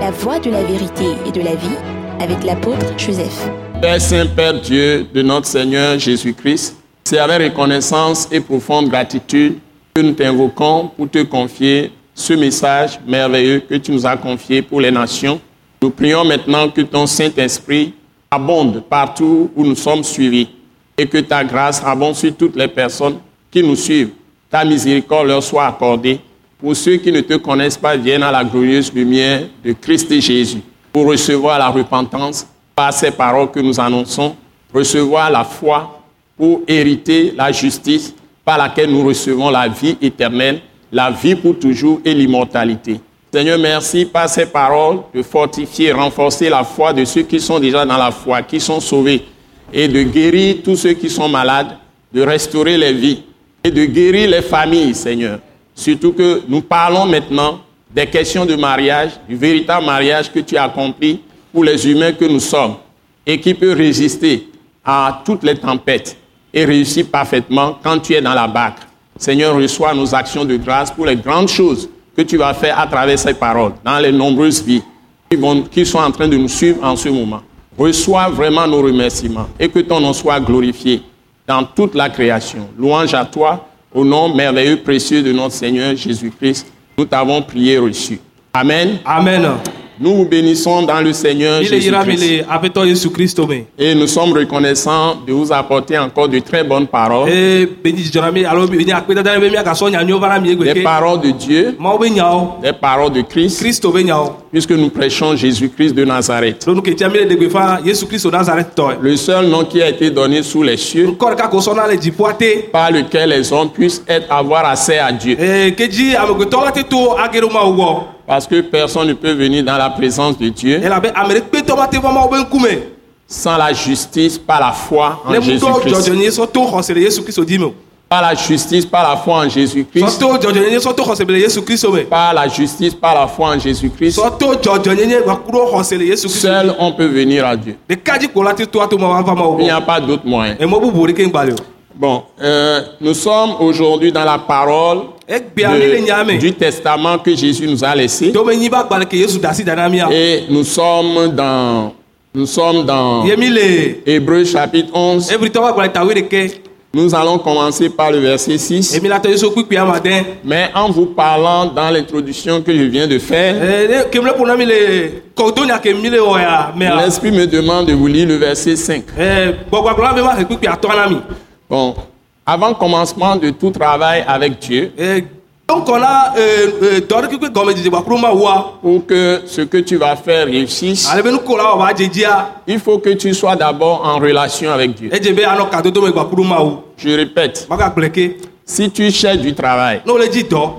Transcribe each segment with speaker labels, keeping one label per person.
Speaker 1: la voie de la vérité et de la vie avec l'apôtre Joseph.
Speaker 2: Père Saint, Père Dieu de notre Seigneur Jésus-Christ, c'est avec reconnaissance et profonde gratitude que nous t'invoquons pour te confier ce message merveilleux que tu nous as confié pour les nations. Nous prions maintenant que ton Saint-Esprit abonde partout où nous sommes suivis et que ta grâce abonde sur toutes les personnes qui nous suivent. Ta miséricorde leur soit accordée. Pour ceux qui ne te connaissent pas, viennent à la glorieuse lumière de Christ et Jésus pour recevoir la repentance par ces paroles que nous annonçons, recevoir la foi pour hériter la justice par laquelle nous recevons la vie éternelle, la vie pour toujours et l'immortalité. Seigneur, merci par ces paroles de fortifier, renforcer la foi de ceux qui sont déjà dans la foi, qui sont sauvés, et de guérir tous ceux qui sont malades, de restaurer les vies et de guérir les familles, Seigneur. Surtout que nous parlons maintenant des questions de mariage, du véritable mariage que tu as accompli pour les humains que nous sommes et qui peut résister à toutes les tempêtes et réussir parfaitement quand tu es dans la barque. Seigneur, reçois nos actions de grâce pour les grandes choses que tu vas faire à travers ces paroles dans les nombreuses vies qui, vont- qui sont en train de nous suivre en ce moment. Reçois vraiment nos remerciements et que ton nom soit glorifié dans toute la création. Louange à toi, au nom merveilleux, précieux de notre Seigneur Jésus-Christ. Nous t'avons prié reçu. Amen.
Speaker 3: 아멘.
Speaker 2: Nous vous bénissons dans le Seigneur
Speaker 3: 미래 이라
Speaker 2: Jésus-Christ.
Speaker 3: 미래 앞에 떠 예수 그리스도메.
Speaker 2: Et nous sommes reconnaissants de vous apporter encore de très bonnes paroles,
Speaker 3: 에 베니 저라미 알로 베니 아크베다 다니 베미 아가소 냐뇨
Speaker 2: des
Speaker 3: 바람이 예고게.
Speaker 2: paroles de Dieu,
Speaker 3: 마오 베냐오.
Speaker 2: des paroles de Christ,
Speaker 3: 그리스도 베냐오.
Speaker 2: puisque nous prêchons Jésus-Christ de Nazareth.
Speaker 3: 로누 케티아 미래 데고파 예수 그리스도 나사렛 떠.
Speaker 2: le seul nom qui a été donné sous les cieux
Speaker 3: 루코르카 고소나레 지포아테.
Speaker 2: par lequel les hommes puissent être, avoir accès à Dieu.
Speaker 3: 에 케지 아무고 토마테 토 아게로마 우고.
Speaker 2: Parce que personne ne peut venir dans la présence de Dieu
Speaker 3: 엘라베 아메레 페 토마테 파마 오벤 쿠메.
Speaker 2: sans la justice, par la foi en
Speaker 3: 레 무토
Speaker 2: Jésus-Christ.
Speaker 3: 저저니 예수 토 호세레 예수 그리스도 디메.
Speaker 2: Par la justice, par la foi en Jésus-Christ.
Speaker 3: 소토 저저니 예수 토 호세레 예수 그리스도메.
Speaker 2: Par la justice, par la foi en Jésus-Christ.
Speaker 3: 소토 저저니 와쿠로 호세레 예수 그리스도.
Speaker 2: Seul on peut venir à Dieu.
Speaker 3: 내 까지 골라티 토아 토마 와마
Speaker 2: Il n'y
Speaker 3: 오고.
Speaker 2: a pas d'autre moyen.
Speaker 3: Et moi, vous voulez qu'il me parle.
Speaker 2: Bon, euh, nous sommes aujourd'hui dans la parole
Speaker 3: Et bien, les
Speaker 2: de-
Speaker 3: nyame.
Speaker 2: du testament que Jésus nous a laissé.
Speaker 3: Tome nyiba gbale ke Yesu dasi danamia.
Speaker 2: Et nous sommes dans, nous sommes dans
Speaker 3: Yemile.
Speaker 2: Hébreux chapitre 11,
Speaker 3: Every time gbale tawe de ke.
Speaker 2: nous allons commencer par le verset 6.
Speaker 3: Emila to Yesu kwipi amaden.
Speaker 2: Mais en vous parlant dans l'introduction que je viens de faire,
Speaker 3: Eh, kemle pona mi le kodonya ke mile oya mea.
Speaker 2: l'Esprit me demande de vous lire le verset 5.
Speaker 3: Eh, gbogbo agbala be ma ke kwipi ato anami.
Speaker 2: Bon, avant commencement de tout travail avec Dieu,
Speaker 3: Eh, donc on a euh dor kwipi gome jije gba kuro ma wa.
Speaker 2: pour que ce que tu vas faire réussisse,
Speaker 3: Ale be nu kola wa ba jejia.
Speaker 2: il faut que tu sois d'abord en relation avec Dieu.
Speaker 3: E jebe ano ka dodo me gba kuro ma wo.
Speaker 2: Je répète,
Speaker 3: Ma ka gbale ke.
Speaker 2: si tu cherches du travail
Speaker 3: No le ji do.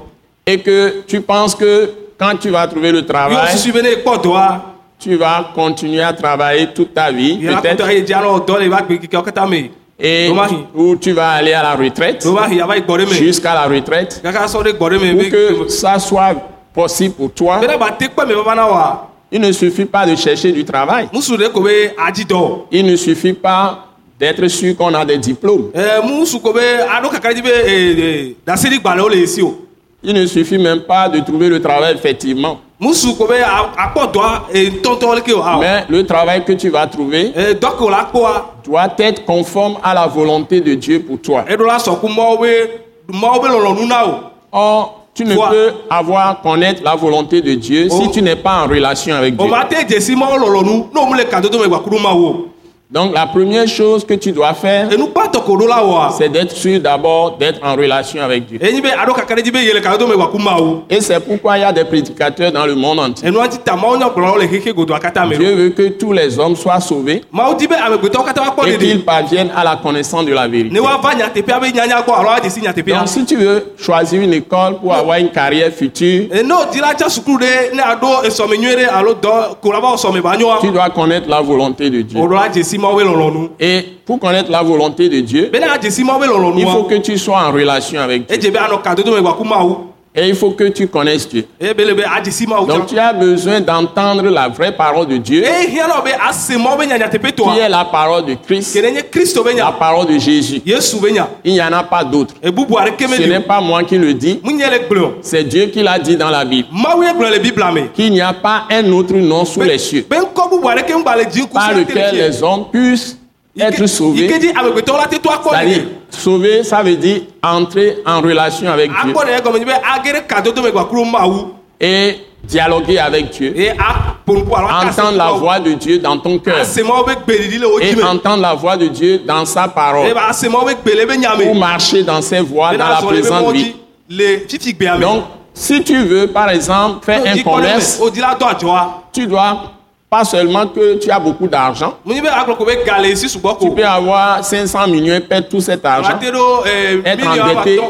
Speaker 2: et que tu penses que quand tu vas trouver le
Speaker 3: Yo
Speaker 2: travail,
Speaker 3: susu be ne po do a.
Speaker 2: tu vas continuer à travailler toute ta vie,
Speaker 3: Yala ko
Speaker 2: peut-être,
Speaker 3: ta ye ji ano do le ba gbe kike okata me.
Speaker 2: et
Speaker 3: Lo ma hin.
Speaker 2: où tu vas aller à la retraite,
Speaker 3: tó bá hìyà bá ìgbọ̀rẹ́ mi
Speaker 2: jusqu'à la retraite,
Speaker 3: kàkà sọ́dọ̀ ìgbọ̀rẹ́
Speaker 2: pour
Speaker 3: mi
Speaker 2: que ça soit possible pour toi,
Speaker 3: bẹ́ẹ̀ bá tẹ́ pẹ́ mi bàbá náà wà
Speaker 2: il ne suffit pas de chercher du travail.
Speaker 3: mùsùlùmí kò bẹ́ àjídọ̀
Speaker 2: Il ne suffit pas d'être sûr qu'on a des diplômes.
Speaker 3: ẹ mùsùlùmí kò bẹ́ adó kàkà jí bẹ́ ẹ ẹ dasiri gbalẹ̀ ó lè si o
Speaker 2: Il ne suffit même pas de trouver le travail effectivement.
Speaker 3: mùsùlùmí kò bẹ́ àpọ̀dọ̀ ẹ tọ́ntọ́ lé ké o awọ
Speaker 2: Mais le travail que tu vas trouver
Speaker 3: ẹ dọ́kọ̀ la kó wa
Speaker 2: doit être conforme à la volonté de Dieu pour toi.
Speaker 3: ẹ dọ́ la sọ̀kú mọ́ bẹ́ mọ́ bẹ́ lọ̀lọ̀ nù náà o
Speaker 2: Or, tu ne
Speaker 3: Toi.
Speaker 2: peux avoir, connaître la volonté de Dieu si
Speaker 3: Oh. bah.
Speaker 2: tu n'es pas en relation avec
Speaker 3: o
Speaker 2: Dieu.
Speaker 3: ma tẹ́ jẹ̀sí mọ́ lọ̀lọ̀ nù n'o mu lè kà tó tó mẹ́ gbàkúrú ma wo
Speaker 2: Donc, la première chose que tu dois faire,
Speaker 3: ẹnu pàtó kò dó la wà
Speaker 2: c'est d'être sûr d'abord d'être en relation avec Dieu.
Speaker 3: ẹyin bẹ́ adó kàkà jí bẹ́ yẹlẹ̀ kà tó tó mẹ́ gbàkúrú ma wo
Speaker 2: Et c'est pourquoi il y a des prédicateurs dans le monde entier.
Speaker 3: ẹnu àti tàmọ́ ọ̀nyọ́ gbọ̀lọ́ lè kéke gòdò àkàtà mi
Speaker 2: Dieu veut que tous les hommes soient sauvés
Speaker 3: maaw di bɛ amegbetɔwo katã wa kpɔ
Speaker 2: et
Speaker 3: ɖeɖi
Speaker 2: qu'ils parviennent à la connaissance de la
Speaker 3: Oh, ne
Speaker 2: vérité.
Speaker 3: wa va nyateƒea be nyanya gbɔ alo adi si
Speaker 2: Donc,
Speaker 3: nyateƒea
Speaker 2: si tu veux choisir une école
Speaker 3: Oh.
Speaker 2: pour avoir une carrière future,
Speaker 3: E, ne o di la tsa sukulu ɖe ne aɖo esɔme nyuie ɖe alo dɔ ko la va wɔ sɔme ba
Speaker 2: tu
Speaker 3: nyɔa
Speaker 2: dois connaître la volonté de Dieu.
Speaker 3: o ɖo la dzesi maawo be lɔlɔnu
Speaker 2: Et pour connaître la volonté de Dieu,
Speaker 3: be ne la dzesi maawo be
Speaker 2: il faut
Speaker 3: lɔlɔnua E
Speaker 2: que tu sois en relation avec Dieu.
Speaker 3: edze be anɔ kadodo me gbaku maawo
Speaker 2: Et il faut que tu connaisses Dieu.
Speaker 3: ebelebe adisima
Speaker 2: Donc
Speaker 3: awuta
Speaker 2: tu as besoin d'entendre la vraie parole de Dieu,
Speaker 3: ehiã la E be asemɔ be nyanya teƒe
Speaker 2: qui
Speaker 3: tɔa
Speaker 2: est la parole de Christ,
Speaker 3: kene nye kristo be
Speaker 2: la
Speaker 3: nya
Speaker 2: parole de Jésus.
Speaker 3: yesu be nya E
Speaker 2: Il n'y en a pas d'autre.
Speaker 3: ebubu aɖeke
Speaker 2: Ce
Speaker 3: meli
Speaker 2: n'est
Speaker 3: o
Speaker 2: pas moi qui le dis,
Speaker 3: mu nye le gblɔ o
Speaker 2: c'est Dieu qui l'a dit dans la Bible.
Speaker 3: mawu ye gblɔ le biblia me
Speaker 2: Qu'il n'y a pas un autre nom sous les cieux
Speaker 3: be ŋkɔ bubu aɖeke ŋu ba le dzi ŋku
Speaker 2: par
Speaker 3: sia te le
Speaker 2: lequel
Speaker 3: fie.
Speaker 2: les hommes puissent être
Speaker 3: yi ke
Speaker 2: sauvés.
Speaker 3: dzi amegbetɔ la te to akɔ
Speaker 2: C'est-à-dire,
Speaker 3: nene
Speaker 2: sauver, ça veut dire entrer en relation avec Dieu
Speaker 3: akɔ nene gɔme nyi be age ɖe kadodo me gbakuro mawu
Speaker 2: et dialoguer avec Dieu.
Speaker 3: ye akpo nuku alo aka
Speaker 2: Entendre la voix de Dieu dans ton cœur
Speaker 3: asemɔ be gbeɖiɖi le wo dzi
Speaker 2: et
Speaker 3: me
Speaker 2: entendre la voix de Dieu dans sa
Speaker 3: ye
Speaker 2: parole
Speaker 3: be asemɔ be gbele be nya
Speaker 2: pour
Speaker 3: me
Speaker 2: marcher dans ses voies,
Speaker 3: be
Speaker 2: dans
Speaker 3: na
Speaker 2: la
Speaker 3: zɔ le be
Speaker 2: présente
Speaker 3: mɔ
Speaker 2: vie.
Speaker 3: dzi le fifi gbea me
Speaker 2: Donc, si tu veux, par exemple, faire un
Speaker 3: dzi kɔ ne
Speaker 2: commerce,
Speaker 3: me o dzi la dɔ adzɔa
Speaker 2: tu dois, pas seulement que tu as beaucoup d'argent,
Speaker 3: mu nyi be agblɔ ko be ga le esi sugbɔ
Speaker 2: tu
Speaker 3: ko
Speaker 2: peux avoir 500 millions et perdre tout cet argent.
Speaker 3: ate ɖo eh,
Speaker 2: Être
Speaker 3: million
Speaker 2: endetté.
Speaker 3: amatɔ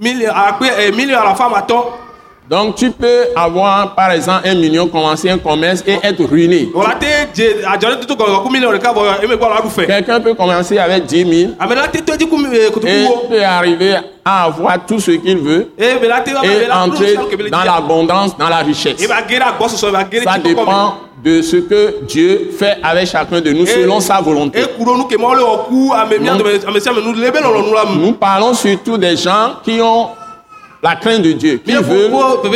Speaker 3: million akpe eh, million alafa amatɔ
Speaker 2: Donc, tu peux avoir, par exemple, un million, commencer un commerce et être ruiné.
Speaker 3: wòle ate dze adzɔle tutu gɔgɔ ku million ɖeka vɔ eme gbɔ la Ah, ɖu fɛ
Speaker 2: Quelqu'un peut commencer avec 10 000
Speaker 3: ame la te to edzi ku mi- eh,
Speaker 2: et
Speaker 3: kotoku wo
Speaker 2: peut arriver à avoir tout ce qu'il veut
Speaker 3: eye be la te ame
Speaker 2: et
Speaker 3: la ɖu
Speaker 2: entrer
Speaker 3: sanu kebele
Speaker 2: dans
Speaker 3: dzi
Speaker 2: l'abondance, dans la richesse.
Speaker 3: ye ba ge ɖe agbɔsɔsɔ ye ba ge
Speaker 2: Ça
Speaker 3: ɖe tsi kɔkɔ
Speaker 2: dépend de ce que Dieu fait avec chacun de nous selon sa
Speaker 3: me
Speaker 2: volonté.
Speaker 3: eku ɖo nu kemɔ le wɔ ku ame mía dome ame sia ame nu le be lɔlɔnu la mu
Speaker 2: Nous parlons surtout des gens qui ont la crainte de Dieu, qui veulent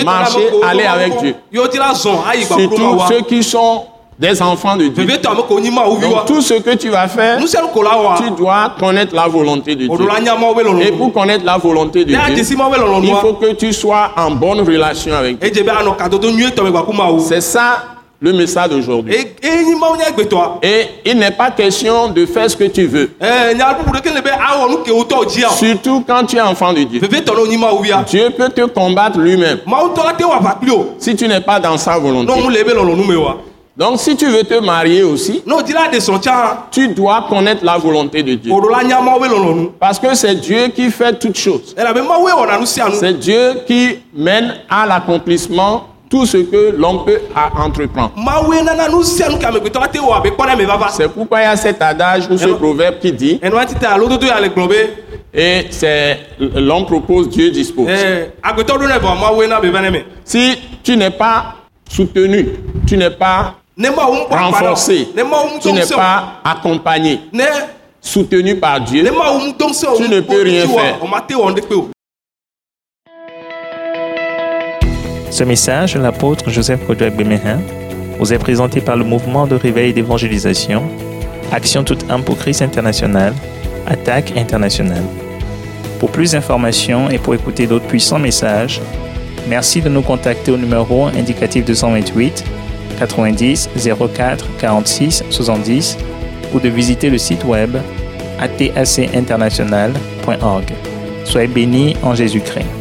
Speaker 2: marcher, aller avec Dieu.
Speaker 3: yewo dzi la zɔn ayi gbakuro ma
Speaker 2: Surtout
Speaker 3: wa
Speaker 2: ceux qui sont des enfants de Dieu.
Speaker 3: vevietɔ ame ko nyi ma wo vi wa
Speaker 2: Donc tout ce que tu vas faire,
Speaker 3: nusianu ko la wa
Speaker 2: tu dois connaître la volonté de
Speaker 3: o ɖo
Speaker 2: Dieu.
Speaker 3: la nya ma wo be
Speaker 2: Et
Speaker 3: lɔlɔnu
Speaker 2: pour connaître la volonté de
Speaker 3: ne adzesi
Speaker 2: Dieu,
Speaker 3: ma wo be
Speaker 2: il
Speaker 3: lɔlɔnua
Speaker 2: faut que tu sois en bonne relation avec Dieu.
Speaker 3: edze E be anɔ kadodo nyuietɔ me gbaku ma wo
Speaker 2: C'est ça le message d'aujourd'hui.
Speaker 3: E- enyi mawo nye gbetɔa
Speaker 2: Et il n'est pas question de faire ce que tu veux.
Speaker 3: ɛɛ E, nya bubu ɖeke le be awɔ nu ke wotɔ dzia o
Speaker 2: Surtout quand tu es enfant de Dieu.
Speaker 3: vevietɔ ɖe onyi mawo via
Speaker 2: Dieu peut te combattre lui-même
Speaker 3: mawo ŋutɔ la te wɔ aʋa kpli o
Speaker 2: si tu n'es pas dans sa volonté.
Speaker 3: ne ŋu le ebe lɔlɔnu me wa
Speaker 2: Donc si tu veux te marier aussi,
Speaker 3: ne o dzi la de srɔ̃ tsã
Speaker 2: tu dois connaître la volonté de Dieu.
Speaker 3: o ɖo la nya mawo be lɔlɔnu
Speaker 2: Parce que c'est Dieu qui fait toutes choses.
Speaker 3: elabe mawoe wɔna nu sia nu
Speaker 2: C'est Dieu qui mène à l'accomplissement tout ce que l'on peut à entreprendre.
Speaker 3: mawoe nana nu sia nu ke amegbetɔ la te wɔ abe kpɔna me vava
Speaker 2: C'est pourquoi il y a cet adage ou ce proverbe qui dit,
Speaker 3: ɛnua ti ta alododo ya le gblɔ be
Speaker 2: et c'est l'homme propose, Dieu dispose.
Speaker 3: ɛɛ agbetɔ ɖo ne vɔ mawoe na be va ne me
Speaker 2: Si tu n'es pas soutenu, tu n'es pas
Speaker 3: ne mawo ŋu kpɔ akpa na
Speaker 2: renforcé,
Speaker 3: o ne mawo ŋu
Speaker 2: tu
Speaker 3: dɔn
Speaker 2: n'es
Speaker 3: se o
Speaker 2: pas accompagné,
Speaker 3: ne
Speaker 2: soutenu par
Speaker 3: ne
Speaker 2: Dieu,
Speaker 3: mawo ŋu dɔn se o
Speaker 2: Tu
Speaker 3: ŋu
Speaker 2: ne
Speaker 3: kpɔ
Speaker 2: peux rien
Speaker 3: dzi wa
Speaker 2: faire.
Speaker 3: o ma te wɔ ŋɖekpe o.
Speaker 4: Ce message, de l'apôtre Joseph Kodouak Bemehin, vous est présenté par le mouvement de réveil et d'évangélisation, Action toute âme pour Christ international, Attaque internationale. Pour plus d'informations et pour écouter d'autres puissants messages, merci de nous contacter au numéro indicatif 228 90 04 46 70 ou de visiter le site web atacinternational.org. Soyez bénis en Jésus-Christ.